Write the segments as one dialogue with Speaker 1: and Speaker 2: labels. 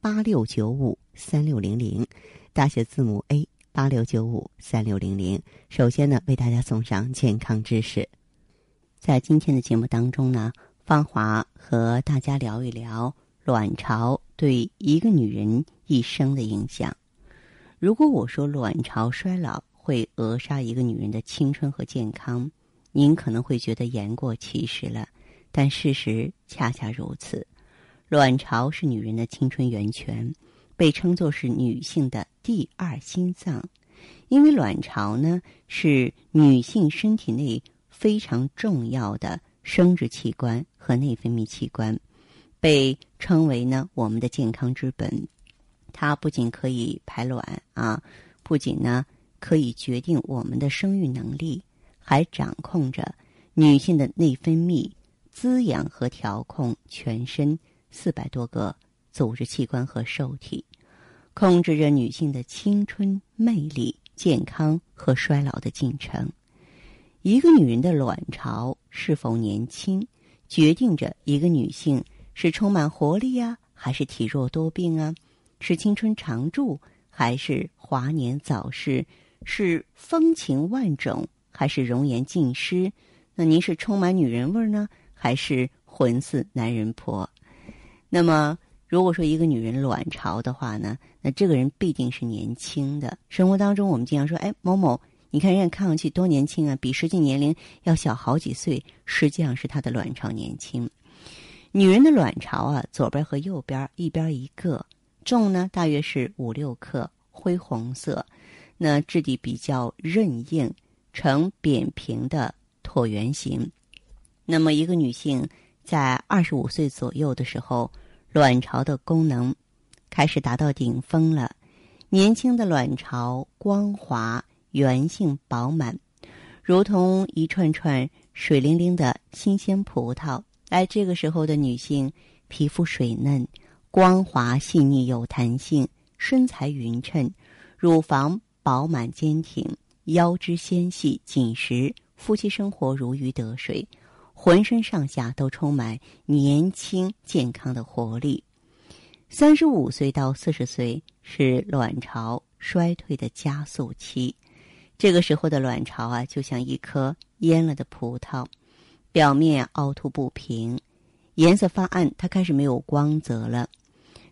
Speaker 1: 八六九五三六零零，大写字母 A 八六九五三六零零。首先呢，为大家送上健康知识。在今天的节目当中呢，芳华和大家聊一聊卵巢对一个女人一生的影响。如果我说卵巢衰老会扼杀一个女人的青春和健康，您可能会觉得言过其实了，但事实恰恰如此。卵巢是女人的青春源泉，被称作是女性的第二心脏，因为卵巢呢是女性身体内非常重要的生殖器官和内分泌器官，被称为呢我们的健康之本。它不仅可以排卵啊，不仅呢可以决定我们的生育能力，还掌控着女性的内分泌，滋养和调控全身四百多个组织器官和受体，控制着女性的青春魅力、健康和衰老的进程。一个女人的卵巢是否年轻，决定着一个女性是充满活力啊，还是体弱多病啊，是青春常驻还啊是华年早逝，是风情万种还是容颜尽失？那您是充满女人味儿呢，还是浑似男人婆？那么，如果说一个女人卵巢的话呢，那这个人必定是年轻的。生活当中，我们经常说，哎，某某，你看人家看上去多年轻啊，比实际年龄要小好几岁，实际上是她的卵巢年轻。女人的卵巢啊，左边和右边一边一个，重呢大约是五六克，灰红色，那质地比较韧硬，呈扁平的椭圆形。那么，一个女性在二十五岁左右的时候，卵巢的功能开始达到顶峰了。年轻的卵巢光滑、圆性、饱满，如同一串串水灵灵的新鲜葡萄。哎，这个时候的女性皮肤水嫩、光滑、细腻、有弹性，身材匀称，乳房饱满坚挺，腰肢纤细紧实，夫妻生活如鱼得水。浑身上下都充满年轻健康的活力。三十五岁到四十岁是卵巢衰退的加速期，这个时候的卵巢啊，就像一颗蔫了的葡萄，表面凹凸不平，颜色发暗，它开始没有光泽了。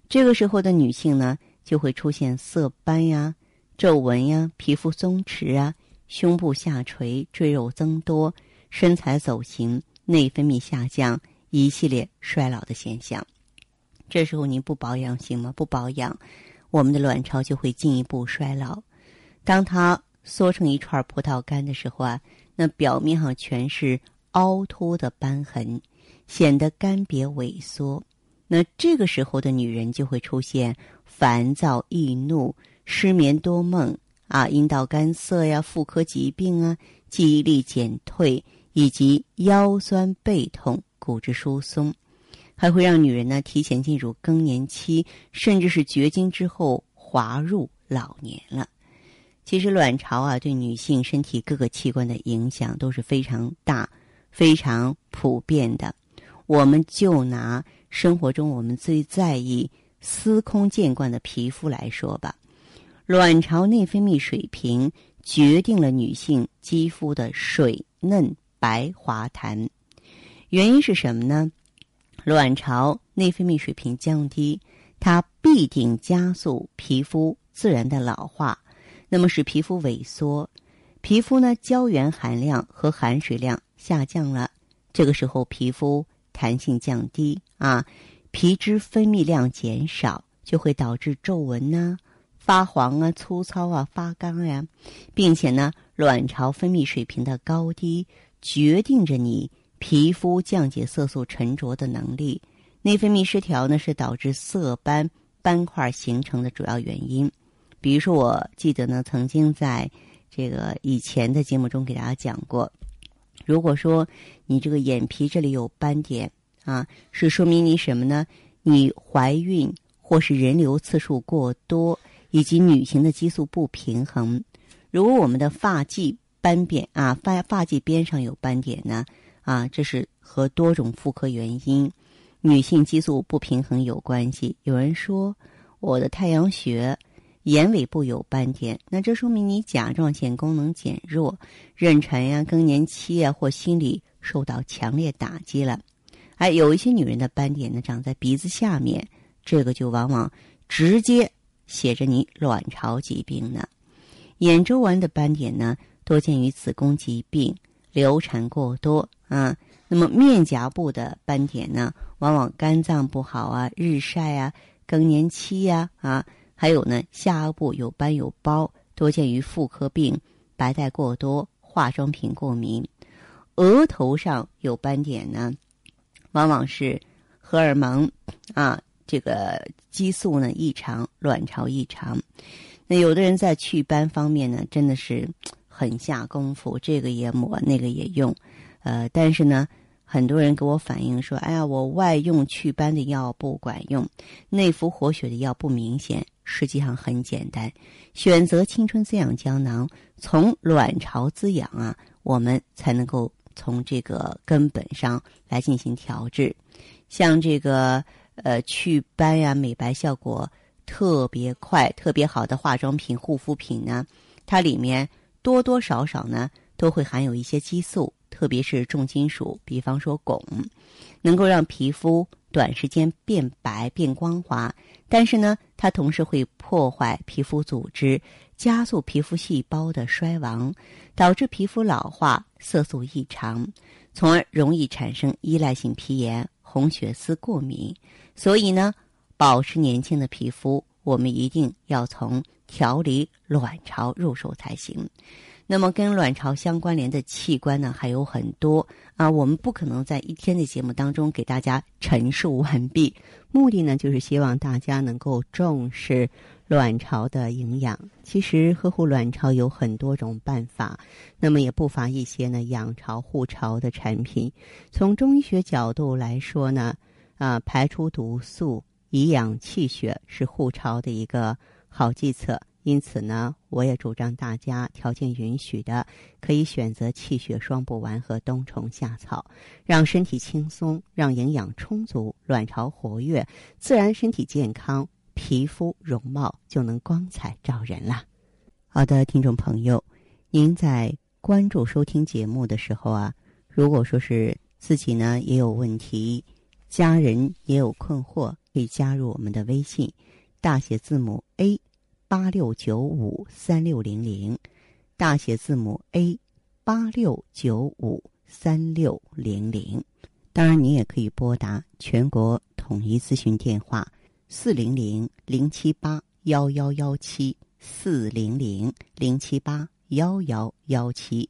Speaker 1: 这个时候的女性呢，就会出现色斑呀、皱纹呀、皮肤松弛啊、胸部下垂、赘肉增多、身材走形。内分泌下降，一系列衰老的现象。这时候您不保养行吗？不保养，我们的卵巢就会进一步衰老。当它缩成一串葡萄干的时候啊，那表面上全是凹凸的斑痕，显得干瘪萎缩。那这个时候的女人就会出现烦躁易怒、失眠多梦啊、阴道干涩呀、妇科疾病啊、记忆力减退。以及腰酸背痛、骨质疏松，还会让女人呢提前进入更年期，甚至是绝经之后滑入老年了。其实，卵巢啊对女性身体各个器官的影响都是非常大、非常普遍的。我们就拿生活中我们最在意、司空见惯的皮肤来说吧，卵巢内分泌水平决定了女性肌肤的水嫩。白滑弹，原因是什么呢？卵巢内分泌水平降低，它必定加速皮肤自然的老化，那么使皮肤萎缩，皮肤呢胶原含量和含水量下降了，这个时候皮肤弹性降低啊，皮脂分泌量减少，就会导致皱纹呐、啊。发黄啊、粗糙啊、发干呀、啊，并且呢，卵巢分泌水平的高低决定着你皮肤降解色素沉着的能力。内分泌失调呢，是导致色斑斑块形成的主要原因。比如说，我记得呢，曾经在这个以前的节目中给大家讲过，如果说你这个眼皮这里有斑点啊，是说明你什么呢？你怀孕或是人流次数过多，以及女性的激素不平衡。如果我们的发际斑点啊，发发际边上有斑点呢，啊，这是和多种妇科原因、女性激素不平衡有关系。有人说我的太阳穴、眼尾部有斑点，那这说明你甲状腺功能减弱，妊娠呀、更年期呀、或心理受到强烈打击了。哎，有一些女人的斑点呢长在鼻子下面，这个就往往直接写着你卵巢疾病呢。眼周丸的斑点呢，多见于子宫疾病、流产过多啊。那么面颊部的斑点呢，往往肝脏不好啊、日晒啊、更年期呀啊还有呢下颚部有斑有包，多见于妇科病、白带过多、化妆品过敏。额头上有斑点呢，往往是荷尔蒙啊这个激素呢异常、卵巢异常。那有的人在祛斑方面呢，真的是很下功夫，这个也抹，那个也用，呃，但是呢，很多人给我反映说，哎呀，我外用祛斑的药不管用，内服活血的药不明显。实际上很简单，选择青春滋养胶囊，从卵巢滋养啊，我们才能够从这个根本上来进行调治。像这个呃祛斑呀、美白效果特别快、特别好的化妆品、护肤品啊呢，它里面多多少少呢都会含有一些激素，特别是重金属，比方说汞，能够让皮肤短时间变白、变光滑。但是呢，它同时会破坏皮肤组织，加速皮肤细胞的衰亡，导致皮肤老化、色素异常，从而容易产生依赖性皮炎、红血丝过敏。所以呢，保持年轻的皮肤，我们一定要从调理卵巢入手才行。那么，跟卵巢相关联的器官呢，还有很多啊，我们不可能在一天的节目当中给大家陈述完毕。目的呢，就是希望大家能够重视卵巢的营养。其实，呵护卵巢有很多种办法，那么也不乏一些呢养巢护巢的产品。从中医学角度来说呢，啊，排出毒素、以养气血是护巢的一个好计策。因此呢，我也主张大家条件允许的，可以选择气血双补丸和冬虫夏草，让身体轻松，让营养充足，卵巢活跃，自然身体健康，皮肤容貌就能光彩照人啦。好的，听众朋友，您在关注收听节目的时候啊，如果说是自己呢也有问题，家人也有困惑，可以加入我们的微信，大写字母 A 八六九五三六零零，大写字母 A 八六九五三六零零。当然，您也可以拨打全国统一咨询电话四零零零七八幺幺幺七四零零零七八幺幺幺七。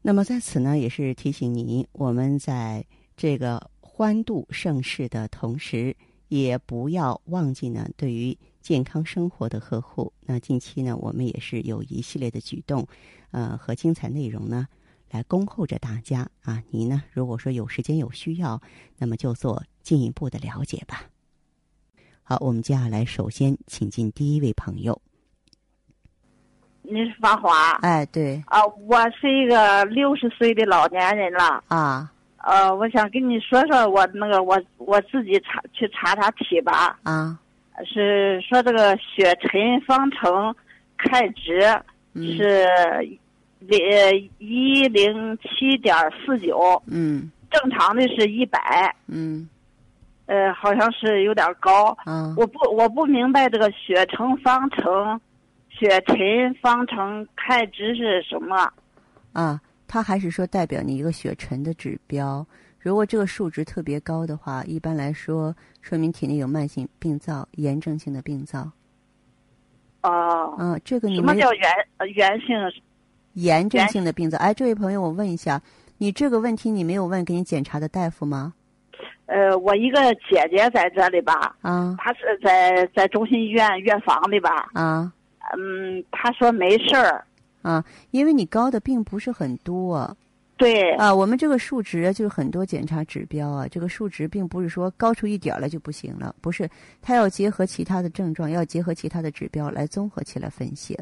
Speaker 1: 那么在此呢，也是提醒您，我们在这个欢度盛世的同时，也不要忘记呢对于健康生活的呵护。那近期呢，我们也是有一系列的举动，呃和精彩内容呢。来恭候着大家啊！您呢，如果说有时间有需要，那么就做进一步的了解吧。好，我们接下来首先请进第一位朋友。
Speaker 2: 你是芳华
Speaker 1: 哎，对
Speaker 2: 啊，我是一个六十岁的老年人了，
Speaker 1: 啊
Speaker 2: 呃，我想跟你说说我那个我我自己查去查查体吧，
Speaker 1: 啊，
Speaker 2: 是说这个血沉方程开值
Speaker 1: 嗯
Speaker 2: 是零呃一零七点四九，
Speaker 1: 嗯
Speaker 2: 正常的是一百，
Speaker 1: 嗯
Speaker 2: 呃，好像是有点高，
Speaker 1: 啊
Speaker 2: 我不我不明白这个血乘方程，血沉方程开值是什么？
Speaker 1: 啊，它还是说代表你一个血沉的指标。如果这个数值特别高的话，一般来说说明体内有慢性病灶、炎症性的病灶。
Speaker 2: 哦、
Speaker 1: 啊，这个你
Speaker 2: 什么
Speaker 1: 没有
Speaker 2: 叫原呃原性？
Speaker 1: 炎症
Speaker 2: 原
Speaker 1: 性的病灶。哎，这位朋友，我问一下，你这个问题你没有问给你检查的大夫吗？
Speaker 2: 呃，我一个姐姐在这里吧，
Speaker 1: 啊
Speaker 2: 她是在在中心医院院房里吧，
Speaker 1: 啊
Speaker 2: 嗯，他说没事儿，
Speaker 1: 啊，因为你高的并不是很多
Speaker 2: 对，
Speaker 1: 啊，我们这个数值啊，就是很多检查指标啊，这个数值并不是说高出一点儿来就不行了，不是，它要结合其他的症状，要结合其他的指标来综合起来分析。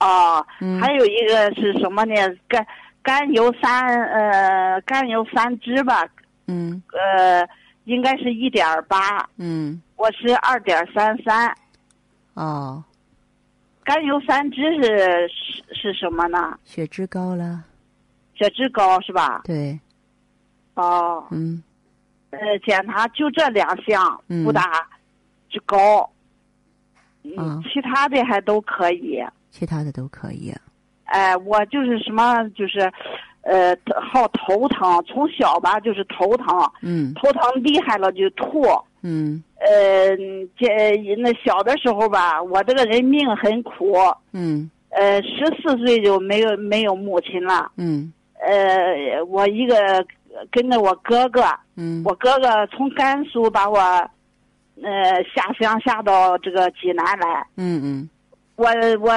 Speaker 2: 哦，
Speaker 1: 嗯，
Speaker 2: 还有一个是什么呢？甘甘油三呃，甘油三酯吧，
Speaker 1: 嗯
Speaker 2: 呃，应该是一点八，
Speaker 1: 嗯，
Speaker 2: 我是二点三三。
Speaker 1: 哦，
Speaker 2: 甘油三酯是是是什么呢？
Speaker 1: 血脂高了，
Speaker 2: 血脂高是吧？
Speaker 1: 对，
Speaker 2: 哦，
Speaker 1: 嗯
Speaker 2: 呃，检查就这两项
Speaker 1: 嗯
Speaker 2: 不大，就高，
Speaker 1: 啊
Speaker 2: 嗯，其他的还都可以。
Speaker 1: 其他的都可以啊。
Speaker 2: 哎，我就是什么就是，呃，好头疼，从小吧就是头疼，
Speaker 1: 嗯
Speaker 2: 头疼厉害了就吐。
Speaker 1: 嗯
Speaker 2: 呃，这那小的时候吧，我这个人命很苦。
Speaker 1: 嗯
Speaker 2: 呃，十四岁就没有没有母亲了。
Speaker 1: 嗯
Speaker 2: 呃，我一个跟着我哥哥，
Speaker 1: 嗯，
Speaker 2: 我哥哥从甘肃把我，呃，下乡下到这个济南来。
Speaker 1: 嗯嗯，
Speaker 2: 我我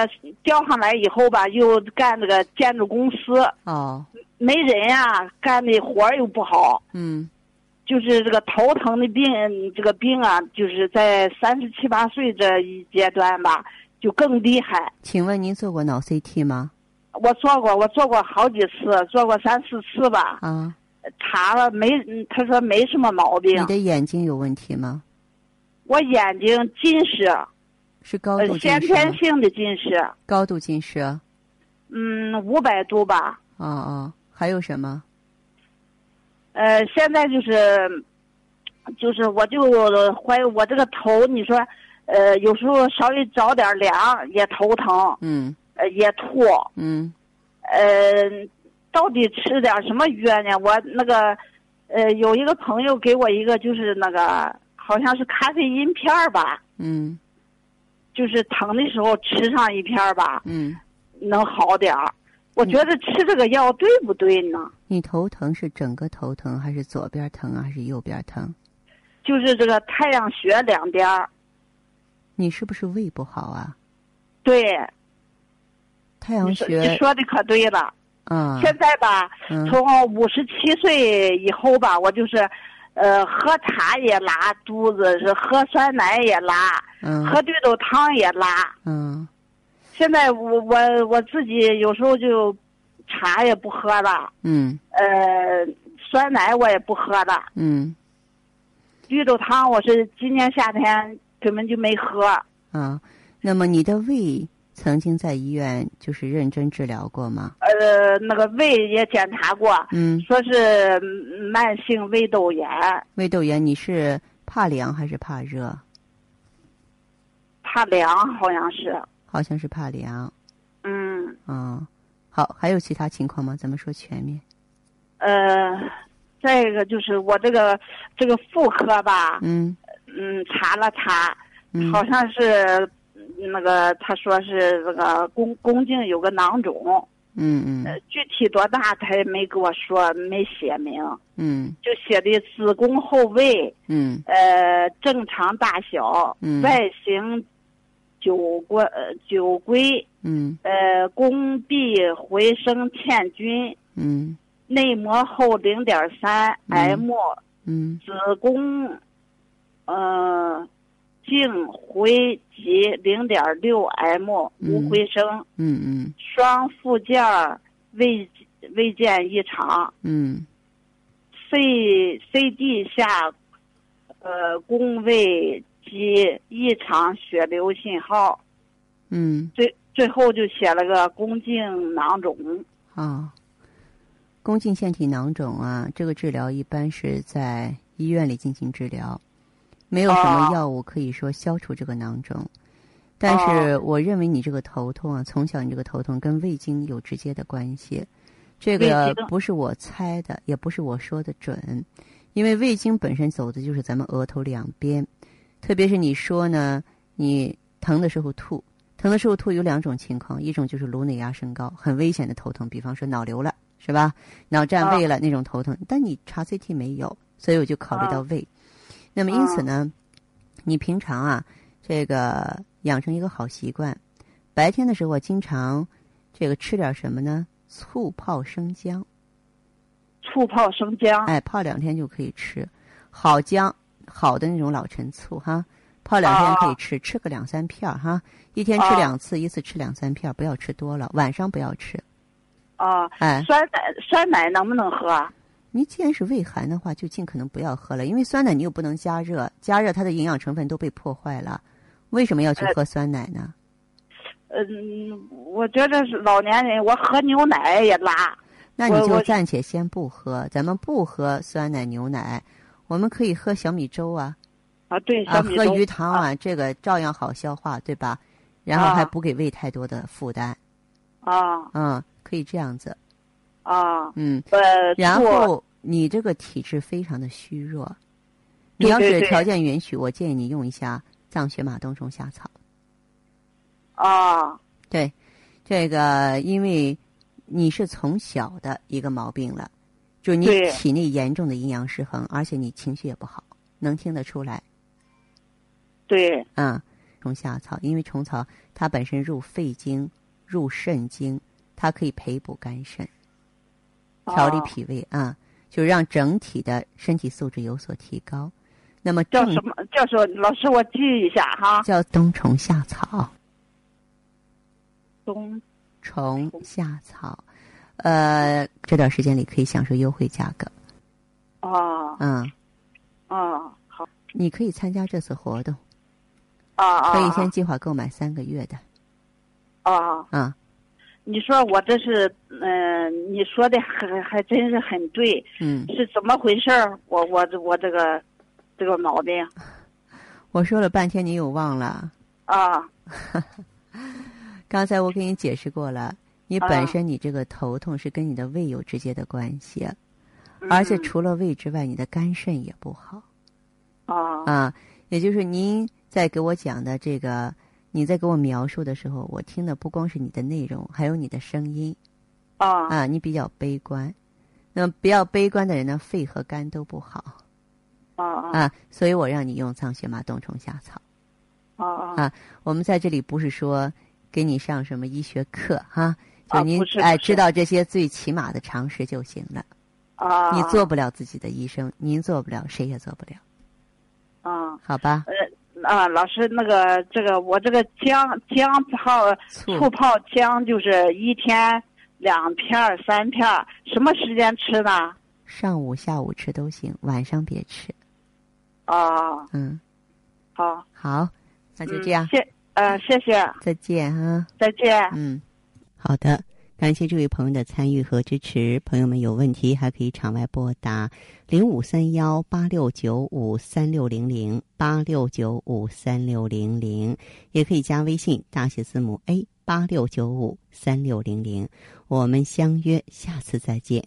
Speaker 2: 调上来以后吧，又干这个建筑公司，
Speaker 1: 哦，
Speaker 2: 没人呀、干的活儿又不好，
Speaker 1: 嗯
Speaker 2: 就是这个头疼的病，这个病啊，就是在三十七八岁这一阶段吧，就更厉害。
Speaker 1: 请问您做过脑 CT 吗？
Speaker 2: 我做过，我做过好几次，做过三四次吧，
Speaker 1: 啊，
Speaker 2: 查了没，嗯他说没什么毛病
Speaker 1: 你。的眼睛有问题吗？
Speaker 2: 我眼睛近视，
Speaker 1: 是高
Speaker 2: 呃
Speaker 1: 度近
Speaker 2: 先
Speaker 1: 视吗
Speaker 2: 天？性的近视，
Speaker 1: 高度近视啊？
Speaker 2: 嗯，五百度吧。
Speaker 1: 哦哦，还有什么？
Speaker 2: 呃，现在就是，就是我就怀疑我这个头，你说，呃，有时候稍微着点凉也头疼，
Speaker 1: 嗯
Speaker 2: 呃，也吐，
Speaker 1: 嗯
Speaker 2: 呃，到底吃点什么药呢？我那个，呃，有一个朋友给我一个，就是那个好像是咖啡因片儿吧，
Speaker 1: 嗯
Speaker 2: 就是疼的时候吃上一片儿吧，
Speaker 1: 嗯，
Speaker 2: 能好点儿。我觉得吃这个药对不对呢？
Speaker 1: 你头疼是整个头疼，还是左边疼啊，还是右边疼？
Speaker 2: 就是这个太阳穴两边儿，
Speaker 1: 你是不是胃不好啊？
Speaker 2: 对，
Speaker 1: 太阳
Speaker 2: 你说你
Speaker 1: 穴
Speaker 2: 说的可对了。
Speaker 1: 啊，
Speaker 2: 现在吧，
Speaker 1: 嗯
Speaker 2: 从五十七岁以后吧，我就是，呃，喝茶也拉肚子，是喝酸奶也拉，
Speaker 1: 嗯
Speaker 2: 喝绿豆汤也拉。
Speaker 1: 嗯
Speaker 2: 现在我我我自己有时候就茶也不喝了，
Speaker 1: 嗯
Speaker 2: 呃，酸奶我也不喝了，
Speaker 1: 嗯
Speaker 2: 绿豆汤我是今年夏天根本就没喝。
Speaker 1: 啊，那么你的胃曾经在医院就是认真治疗过吗？
Speaker 2: 呃，那个胃也检查过，
Speaker 1: 嗯，
Speaker 2: 说是慢性胃窦炎，
Speaker 1: 胃窦炎你是怕凉还是怕热？
Speaker 2: 怕凉好像是。
Speaker 1: 好像是怕凉
Speaker 2: 嗯，
Speaker 1: 啊。好，还有其他情况吗？咱们说全面。
Speaker 2: 呃，再一个就是我这个这个妇科吧，
Speaker 1: 嗯
Speaker 2: 嗯，查了查，
Speaker 1: 嗯
Speaker 2: 好像是那个他说是这个宫宫颈有个囊肿，
Speaker 1: 嗯嗯
Speaker 2: 具体多大他也没跟我说，没写明，
Speaker 1: 嗯
Speaker 2: 就写的子宫后位，
Speaker 1: 嗯
Speaker 2: 呃，正常大小，
Speaker 1: 嗯
Speaker 2: 外形九规呃九规，
Speaker 1: 嗯
Speaker 2: 呃，宫壁回声欠均，
Speaker 1: 嗯
Speaker 2: 内膜厚零点三
Speaker 1: 嗯
Speaker 2: m。
Speaker 1: 嗯
Speaker 2: 子宫，呃，颈回及零点六 m 无回声，
Speaker 1: 嗯
Speaker 2: 双附件儿未未见异常
Speaker 1: 嗯
Speaker 2: ，C C D 下，呃，宫位及异常血流信号，
Speaker 1: 嗯
Speaker 2: 最最后就写了个宫颈囊肿，
Speaker 1: 啊。宫颈腺体囊肿啊，这个治疗一般是在医院里进行治疗，没有什么
Speaker 2: 哦
Speaker 1: 药物可以说消除这个囊肿。但
Speaker 2: 哦
Speaker 1: 是我认为你这个头痛啊，从小你这个头痛跟胃经有直接的关系，这个
Speaker 2: 胃经
Speaker 1: 不是我猜的，也不是我说的准，因为胃经本身走的就是咱们额头两边，特别是你说呢，你疼的时候吐，疼的时候吐有两种情况，一种就是颅内压升高，很危险的头疼，比方说脑瘤了，是吧？脑占位了、那种头疼，但你查 CT 没有，所以我就考虑到胃。那么因此呢，你平常啊，这个养成一个好习惯，白天的时候，我经常这个吃点什么呢？醋泡生姜，
Speaker 2: 醋泡生姜，
Speaker 1: 哎，泡两天就可以吃。好姜，好的那种老陈醋哈，泡两天可以吃，吃个两三片儿哈，一天吃
Speaker 2: 哦
Speaker 1: 两次，一次吃两三片儿，不要吃多了，晚上不要吃。
Speaker 2: 啊，
Speaker 1: 哎，
Speaker 2: 酸奶酸奶能不能喝？啊
Speaker 1: 你既然是胃寒的话，就尽可能不要喝了，因为酸奶你又不能加热，加热它的营养成分都被破坏了。为什么要去
Speaker 2: 呃
Speaker 1: 喝酸奶呢？
Speaker 2: 嗯，我觉得是老年人，我喝牛奶也拉。
Speaker 1: 那你
Speaker 2: 我
Speaker 1: 就
Speaker 2: 我
Speaker 1: 暂且先不喝，咱们不喝酸奶、牛奶，我们可以喝小米粥啊，
Speaker 2: 啊，对，
Speaker 1: 啊，
Speaker 2: 小米
Speaker 1: 喝
Speaker 2: 粥
Speaker 1: 鱼汤啊，这个照样好消化，对吧？然后
Speaker 2: 啊
Speaker 1: 还不给胃太多的负担，
Speaker 2: 啊
Speaker 1: 嗯，可以这样子，
Speaker 2: 啊，
Speaker 1: 嗯。
Speaker 2: 呃，
Speaker 1: 然
Speaker 2: 醋
Speaker 1: 后你这个体质非常的虚弱，你
Speaker 2: 对
Speaker 1: 要
Speaker 2: 对
Speaker 1: 是
Speaker 2: 对
Speaker 1: 条件允许，我建议你用一下藏血马冬虫夏草。
Speaker 2: 啊
Speaker 1: 对，这个因为你是从小的一个毛病了，就你
Speaker 2: 对
Speaker 1: 体内严重的阴阳失衡，而且你情绪也不好，能听得出来。
Speaker 2: 对
Speaker 1: 啊、虫夏草，因为虫草它本身入肺经、入肾经，它可以培补肝肾、调理
Speaker 2: 啊
Speaker 1: 脾胃啊、就让整体的身体素质有所提高。那么
Speaker 2: 叫
Speaker 1: 正
Speaker 2: 什么？叫什么？老师，我记一下哈。
Speaker 1: 叫冬虫夏草，
Speaker 2: 冬
Speaker 1: 虫夏草，呃，这段时间里可以享受优惠价格，
Speaker 2: 啊
Speaker 1: 嗯。
Speaker 2: 啊好
Speaker 1: 你可以参加这次活动，
Speaker 2: 啊啊！
Speaker 1: 可以先计划购买三个月的
Speaker 2: 啊。
Speaker 1: 啊。
Speaker 2: 你说我这是，嗯、你说的还还真是很对，
Speaker 1: 嗯，
Speaker 2: 是怎么回事儿？我我这我这个这个毛病
Speaker 1: 我说了半天，你又忘了。
Speaker 2: 啊
Speaker 1: 刚才我给你解释过了，你
Speaker 2: 啊
Speaker 1: 本身你这个头痛是跟你的胃有直接的关系，而且
Speaker 2: 嗯
Speaker 1: 除了胃之外，你的肝肾也不好
Speaker 2: 啊
Speaker 1: 啊。也就是您在给我讲的这个，你在给我描述的时候，我听的不光是你的内容，还有你的声音
Speaker 2: 啊
Speaker 1: 啊。你比较悲观，那么比较悲观的人呢，肺和肝都不好。
Speaker 2: 啊啊
Speaker 1: 啊，所以我让你用藏血马冬虫夏草。
Speaker 2: 啊
Speaker 1: 啊我们在这里不是说给你上什么医学课哈、就
Speaker 2: 啊
Speaker 1: 您
Speaker 2: 不是
Speaker 1: 哎
Speaker 2: 不是
Speaker 1: 知道这些最起码的常识就行了。
Speaker 2: 啊！
Speaker 1: 你做不了自己的医生，您做不了，谁也做不了，
Speaker 2: 啊
Speaker 1: 好吧？
Speaker 2: 啊，老师，那个这个我这个姜姜泡
Speaker 1: 醋
Speaker 2: 醋泡姜就是一天两片儿三片儿，什么时间吃呢？
Speaker 1: 上午、下午吃都行，晚上别吃。
Speaker 2: 啊，
Speaker 1: 嗯，
Speaker 2: 好，
Speaker 1: 好，那就
Speaker 2: 嗯
Speaker 1: 这样，
Speaker 2: 谢呃，谢谢，
Speaker 1: 再见哈、
Speaker 2: 再见。
Speaker 1: 嗯，好的，感谢这位朋友的参与和支持。朋友们有问题还可以场外拨打零五三幺八六九五三六零零八六九五三六零零，也可以加微信大写字母 A 八六九五三六零零。我们相约下次再见。